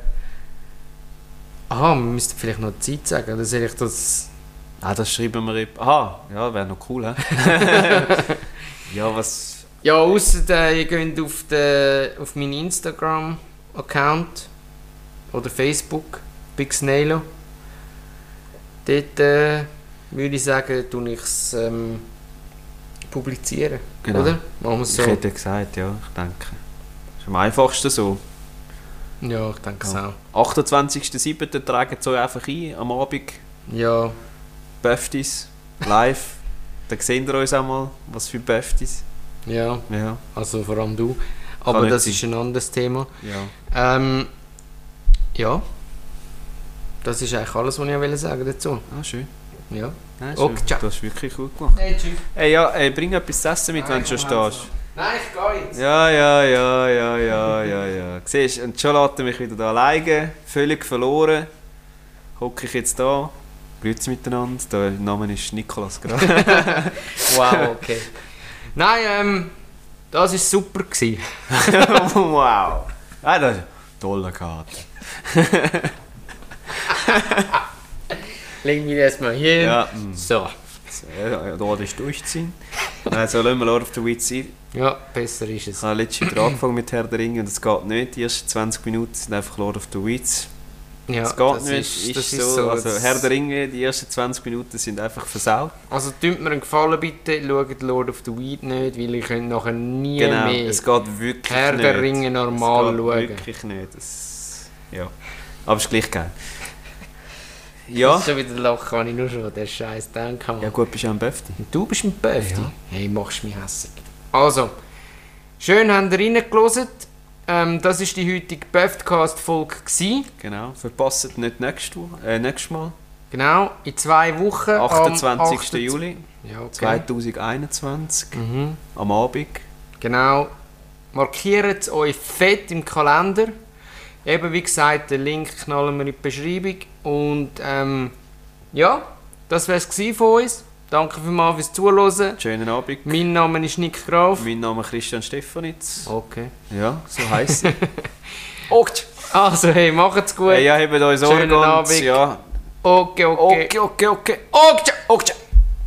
aha, man müsste vielleicht noch die Zeit sagen, oder soll ich das, Ah, das schreiben wir eben. Aha, ja, wäre noch cool, hä? ja, was. ja, ausser äh, ihr geht auf, den, auf meinen Instagram-Account oder Facebook, Big Snailo, dort äh, würde ich sagen, tue ich es ähm, publizieren, Genau. oder? Machen wir es Ich hätte gesagt, ja, ich denke. Ist am einfachsten so. Ja, ich denke es Ja. auch. 28.07. tragen so einfach ein, am Abend. Ja, Böftis, live. Dann seht ihr uns auch mal, was für Böftis. ja, Ja. also vor allem du. Aber nicht das sein. ist ein anderes Thema. ja. Ähm, ja, das ist eigentlich alles, was ich wollte sagen dazu. Ah, schön. Ja. Nein, Okay, schön. ciao. Das ist wirklich gut gemacht. Hey, tschüss. Ey, ja, ey, bring etwas zu essen mit, wenn Nein, du schon komm, Hans, stehst. Nein, ich gehe jetzt. Ja, ja, ja, ja, ja, ja, ja. Siehst du, und schon lässt er mich wieder da alleine, völlig verloren. Hocke ich jetzt da, grüezi miteinander. Der Name ist Nikolas Graf. Wow, okay. Nein, ähm, das war super. Gewesen. wow. Ah, das ist toller Karte. Leg mich erstmal hier. Ja, mm. So. Sehr, ja, da ist durchziehen. Also lassen wir noch auf der Witz ein. Ja, besser ist Ich es. habe letztes Jahr angefangen mit Herr der Ringe und es geht nicht. Die ersten 20 Minuten sind einfach Lord of the Weeds. Ja, es geht nicht. Ist, so. also, das- Herr der Ringe, die ersten 20 Minuten sind einfach versaut. Also tut mir einen Gefallen bitte, schaut Lord of the Weed nicht, weil ich könnt nachher nie genau, mehr es geht wirklich Herr nicht. der Ringe normal es geht schauen. wirklich nicht. Es, ja. Aber es ist gleich geil. Das Ja. ist schon wieder lachen, kann ich nur schon den Scheiß denken. Ja gut, bist du auch ein Böfti. Du bist ein Böfti. Hey, machst mich hässig. Also, schön habt ihr reingelassen. Ähm, das war die heutige Böftcast-Folge. gewesen. Genau. Verpasst nicht nächstes, Wo- äh, nächstes Mal. Genau, in zwei Wochen. am 28. 28. Juli Ja, okay. 2021 Mhm. am Abend. Genau. Markiert es euch fett im Kalender. Eben wie gesagt, den Link knallen wir in die Beschreibung. Und ähm, ja, das wär's es von uns. Danke vielmals fürs Zuhören. Schönen Abend. Mein Name ist Nick Graf. Mein Name ist Christian Stefanitz. Okay. Ja, so heisst er. okay. Also hey, macht's gut. hey, ja, habt uns Schönen Ohren ganz, Abend. Ja. Okay, okay. okay, okay. Okay, okay.